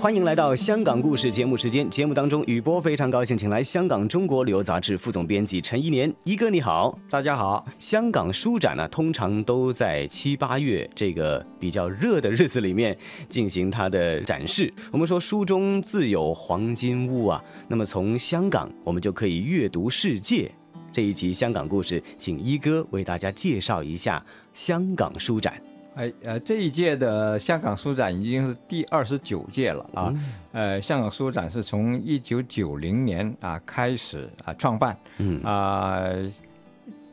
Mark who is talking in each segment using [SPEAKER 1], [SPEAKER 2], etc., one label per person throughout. [SPEAKER 1] 欢迎来到《香港故事》节目时间。节目当中，雨波非常高兴，请来香港《中国旅游杂志》副总编辑陈一年，一哥你好。
[SPEAKER 2] 大家好，
[SPEAKER 1] 香港书展呢，通常都在七八月这个比较热的日子里面进行它的展示。我们说书中自有黄金屋啊，那么从香港我们就可以阅读世界。这一集香港故事，请一哥为大家介绍一下香港书展
[SPEAKER 2] 哎呃，这一届的香港书展已经是第二十九届了啊。呃，香港书展是从一九九零年啊开始啊创办，
[SPEAKER 1] 嗯
[SPEAKER 2] 啊、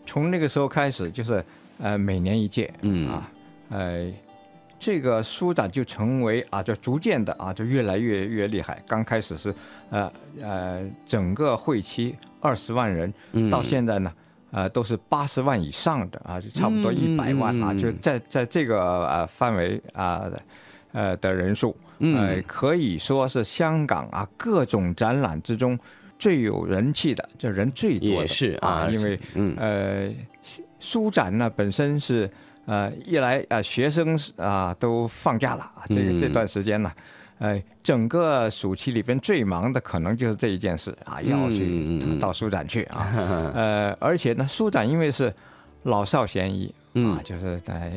[SPEAKER 2] 从那个时候开始就是呃每年一届，
[SPEAKER 1] 嗯
[SPEAKER 2] 啊，呃，这个书展就成为啊，就逐渐的啊，就越来越越厉害。刚开始是呃呃整个会期二十万人，
[SPEAKER 1] 嗯
[SPEAKER 2] 到现在呢。呃，都是八十万以上的啊，就差不多一百万啊，
[SPEAKER 1] 嗯嗯嗯
[SPEAKER 2] 就在在这个呃范围啊呃的人数，
[SPEAKER 1] 嗯
[SPEAKER 2] 呃，可以说是香港啊各种展览之中最有人气的，这人最多的
[SPEAKER 1] 也是啊
[SPEAKER 2] 啊，因为
[SPEAKER 1] 嗯
[SPEAKER 2] 呃，书展呢本身是呃，一来啊、呃学生是啊、都放假了，啊这个
[SPEAKER 1] 嗯
[SPEAKER 2] 这段时间呢，呃，整个暑期里边最忙的可能就是这一件事啊，要
[SPEAKER 1] 嗯嗯
[SPEAKER 2] 去
[SPEAKER 1] 嗯
[SPEAKER 2] 到书展去啊， 呃，而且呢，书展因为是老少咸宜
[SPEAKER 1] 嗯
[SPEAKER 2] 啊，就是在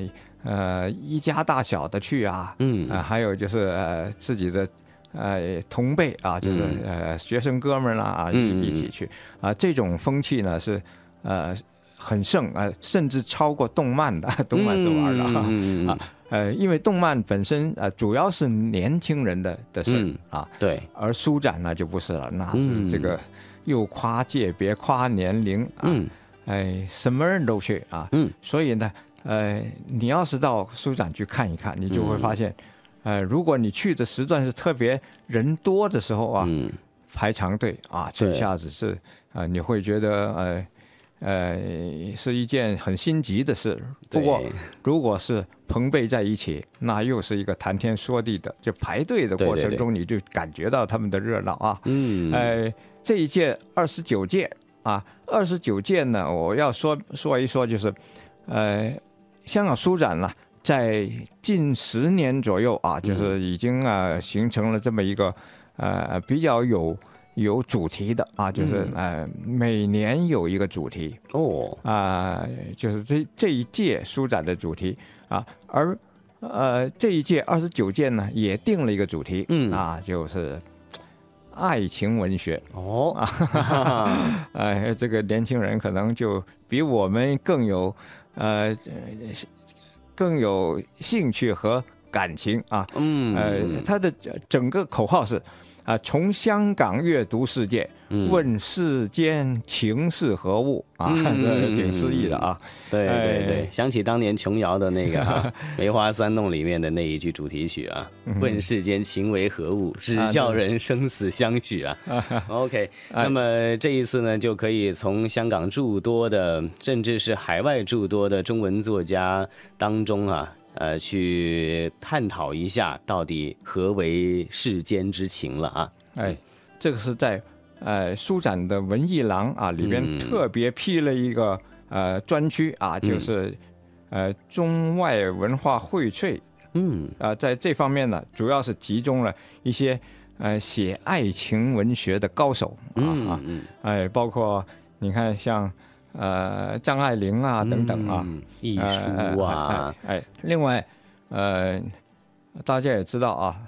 [SPEAKER 2] 呃一家大小的去啊，
[SPEAKER 1] 嗯
[SPEAKER 2] 啊，还有就是呃自己的呃同辈啊，就是、呃学生哥们儿啦啊，
[SPEAKER 1] 嗯嗯嗯嗯
[SPEAKER 2] 一一起去啊，这种风气呢是呃很盛啊、甚至超过动漫的，动漫是玩的、哈，
[SPEAKER 1] 嗯嗯嗯嗯
[SPEAKER 2] 啊，呃，因为动漫本身呃主要是年轻人的的事儿、
[SPEAKER 1] 嗯
[SPEAKER 2] 啊，
[SPEAKER 1] 对，
[SPEAKER 2] 而书展呢就不是了，那
[SPEAKER 1] 嗯
[SPEAKER 2] 是这个又跨界别、跨年龄啊，
[SPEAKER 1] 嗯
[SPEAKER 2] 哎，什么人都去啊。
[SPEAKER 1] 嗯，
[SPEAKER 2] 所以呢，呃，你要是到书展去看一看，你就会
[SPEAKER 1] 嗯
[SPEAKER 2] 发现，呃，如果你去的时段是特别人多的时候啊，
[SPEAKER 1] 嗯
[SPEAKER 2] 排长队啊，
[SPEAKER 1] 对
[SPEAKER 2] 这下子是啊、呃你会觉得呃呃是一件很心急的事。不过
[SPEAKER 1] 对
[SPEAKER 2] 如果是朋辈在一起，那又是一个谈天说地的，就排队的
[SPEAKER 1] 对
[SPEAKER 2] 过
[SPEAKER 1] 对对
[SPEAKER 2] 程中，你就感觉到他们的热闹啊。
[SPEAKER 1] 嗯
[SPEAKER 2] 呃，这一届二十九届啊，二十九届呢，我要说说一说，就是，呃，香港书展呢，在近十年左右
[SPEAKER 1] 嗯
[SPEAKER 2] 啊，就是已经啊、呃形成了这么一个呃比较有有主题的
[SPEAKER 1] 嗯
[SPEAKER 2] 啊，就是呃每年有一个主题
[SPEAKER 1] 哦
[SPEAKER 2] 啊、就是这这一届书展的主题啊，而呃这一届二十九届呢也定了一个主题，
[SPEAKER 1] 嗯
[SPEAKER 2] 啊就是爱情文学。
[SPEAKER 1] 哦
[SPEAKER 2] 啊哎，这个年轻人可能就比我们更有，呃，更有兴趣和感情啊。
[SPEAKER 1] 嗯
[SPEAKER 2] 呃，他的整整个口号是，啊、从香港阅读世界，
[SPEAKER 1] 嗯
[SPEAKER 2] 问世间情是何物啊，
[SPEAKER 1] 嗯
[SPEAKER 2] 这挺诗意的啊。
[SPEAKER 1] 对对对，
[SPEAKER 2] 哎
[SPEAKER 1] 想起当年琼瑶的那个、啊《梅花三弄》里面的那一句主题曲啊，“
[SPEAKER 2] 嗯
[SPEAKER 1] 问世间情为何物，只
[SPEAKER 2] 啊对哎
[SPEAKER 1] 叫人生死相许”啊。OK，那么这一次呢，就可以从香港诸多的，甚至是海外诸多的中文作家当中啊。呃，去探讨一下到底何为世间之情了啊？
[SPEAKER 2] 哎，这个是在呃书展的文艺廊啊里
[SPEAKER 1] 嗯
[SPEAKER 2] 边特别辟了一个呃专区啊，就是呃中外文化荟萃
[SPEAKER 1] 嗯，
[SPEAKER 2] 啊、在这方面呢，主要是集中了一些呃写爱情文学的高手啊
[SPEAKER 1] 嗯
[SPEAKER 2] 啊，
[SPEAKER 1] 嗯
[SPEAKER 2] 哎，包括你看像呃张爱玲啊等等啊，
[SPEAKER 1] 嗯艺
[SPEAKER 2] 呃
[SPEAKER 1] 术啊，，
[SPEAKER 2] 哎，哎哎另外呃大家也知道啊，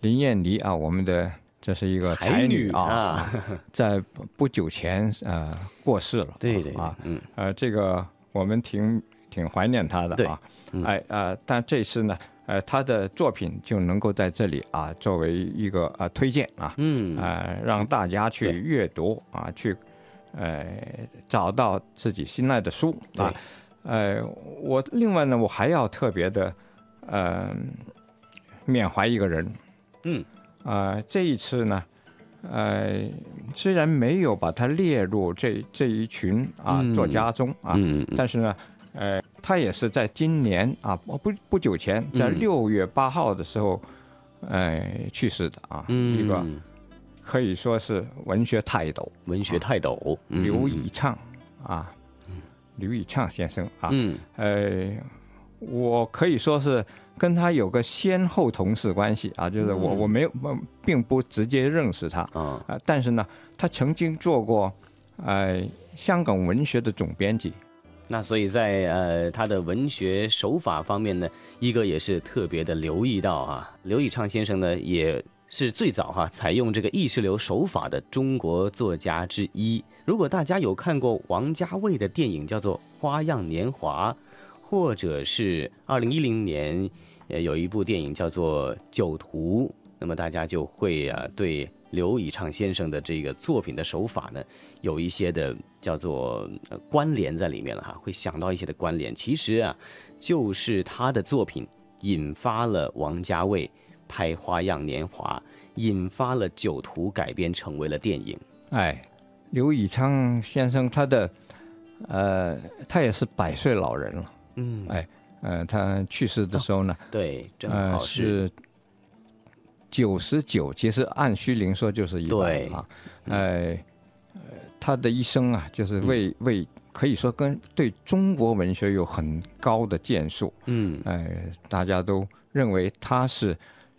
[SPEAKER 2] 林燕妮啊，我们的。这是一个才
[SPEAKER 1] 女
[SPEAKER 2] 啊，， 在不不久前呃过世了，
[SPEAKER 1] 对对
[SPEAKER 2] 啊，，
[SPEAKER 1] 嗯
[SPEAKER 2] 呃，这个我们挺挺怀念他的
[SPEAKER 1] 对
[SPEAKER 2] 啊，
[SPEAKER 1] 嗯
[SPEAKER 2] 哎啊、呃但这次呢，呃，他的作品就能够在这里啊，作为一个啊、推荐啊，
[SPEAKER 1] 嗯
[SPEAKER 2] 呃，让大家去
[SPEAKER 1] 对
[SPEAKER 2] 阅读啊，去呃找到自己心爱的书啊
[SPEAKER 1] 对。
[SPEAKER 2] 呃，我另外呢，我还要特别的呃缅怀一个人，
[SPEAKER 1] 嗯，
[SPEAKER 2] 啊，这一次呢，呃，虽然没有把他列入这这一群啊、
[SPEAKER 1] 嗯
[SPEAKER 2] 作家中啊，
[SPEAKER 1] 嗯嗯
[SPEAKER 2] 但是呢，呃，他也是在今年啊，不不不久前，在
[SPEAKER 1] 嗯
[SPEAKER 2] 六月八号的时候，呃，去世的啊，一个
[SPEAKER 1] 嗯，
[SPEAKER 2] 可以说是文学泰斗
[SPEAKER 1] 文学泰斗，嗯
[SPEAKER 2] 啊刘以畅啊，刘以畅先生啊，
[SPEAKER 1] 嗯
[SPEAKER 2] 呃，我可以说是跟他有个先后同事关系啊，就是
[SPEAKER 1] 嗯
[SPEAKER 2] 我我没有，我并不直接认识他啊、
[SPEAKER 1] 啊，
[SPEAKER 2] 但是呢，他曾经做过呃香港文学的总编辑，
[SPEAKER 1] 那所以在呃他的文学手法方面呢，一哥也是特别的留意到啊，刘以畅先生呢也。是最早哈、采用这个意识流手法的中国作家之一。如果大家有看过王家卫的电影叫做《花样年华》，或者是二零一零年呃有一部电影叫做《酒徒》，那么大家就会啊对刘以畅先生的这个作品的手法呢有一些的叫做呃关联在里面了哈，会想到一些的关联。其实啊，就是他的作品引发了王家卫拍《花样年华》，引发了《酒徒》改编成为了电影。
[SPEAKER 2] 哎，刘以畅先生他的呃，他也是百岁老人了，
[SPEAKER 1] 嗯
[SPEAKER 2] 哎呃，他去世的时候呢，
[SPEAKER 1] 对，正
[SPEAKER 2] 呃
[SPEAKER 1] 好是，
[SPEAKER 2] 是九十九，其实按虚龄说就是一百
[SPEAKER 1] 对
[SPEAKER 2] 啊。呃，他的一生啊，就是为、
[SPEAKER 1] 嗯
[SPEAKER 2] 为可以说跟对中国文学有很高的建树。
[SPEAKER 1] 嗯
[SPEAKER 2] 呃，大家都认为他是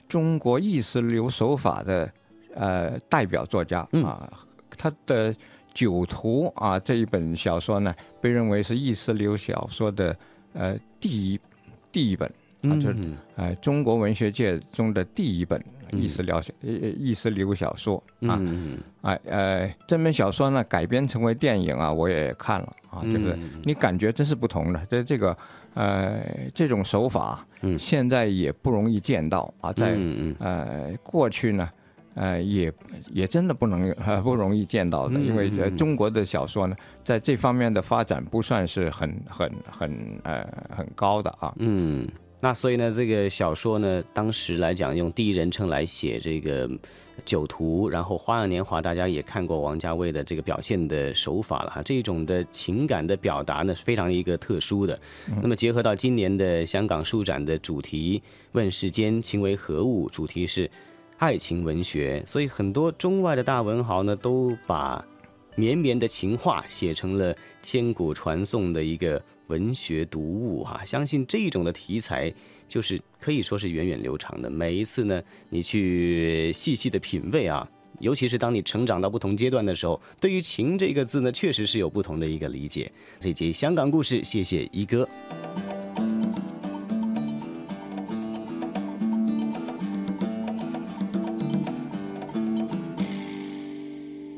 [SPEAKER 2] 中国意识流手法的呃代表作家
[SPEAKER 1] 嗯
[SPEAKER 2] 啊。他的《酒徒》啊这一本小说呢，被认为是意识流小说的呃第一第一本。啊就是
[SPEAKER 1] 嗯
[SPEAKER 2] 呃，中国文学界中的第一本
[SPEAKER 1] 嗯
[SPEAKER 2] 意识流小、呃意识流小说啊，
[SPEAKER 1] 嗯，
[SPEAKER 2] 哎呃，这本小说呢改编成为电影啊，我也看了啊，对不对？
[SPEAKER 1] 嗯
[SPEAKER 2] 你感觉真是不同的，这这个呃这种手法，
[SPEAKER 1] 嗯
[SPEAKER 2] 现在也不容易见到啊，在、
[SPEAKER 1] 嗯嗯
[SPEAKER 2] 呃过去呢。呃，也也真的不能呃不容易见到的，
[SPEAKER 1] 嗯
[SPEAKER 2] 因为呃
[SPEAKER 1] 嗯嗯
[SPEAKER 2] 中国的小说呢，在这方面的发展不算是很很很呃很高的啊。
[SPEAKER 1] 嗯，那所以呢，这个小说呢，当时来讲用第一人称来写这个《酒徒》，然后《花样年华》，大家也看过王家卫的这个表现的手法了哈。这种的情感的表达呢，是非常一个特殊的。那么结合到今年的香港书展的主题“问世间情为何物”，主题是爱情文学，所以很多中外的大文豪呢，都把绵绵的情话写成了千古传颂的一个文学读物啊！相信这种的题材，就是可以说是源远流长的。每一次呢，你去细细的品味啊，尤其是当你成长到不同阶段的时候，对于“情”这个字呢，确实是有不同的一个理解。这集香港故事，谢谢一哥。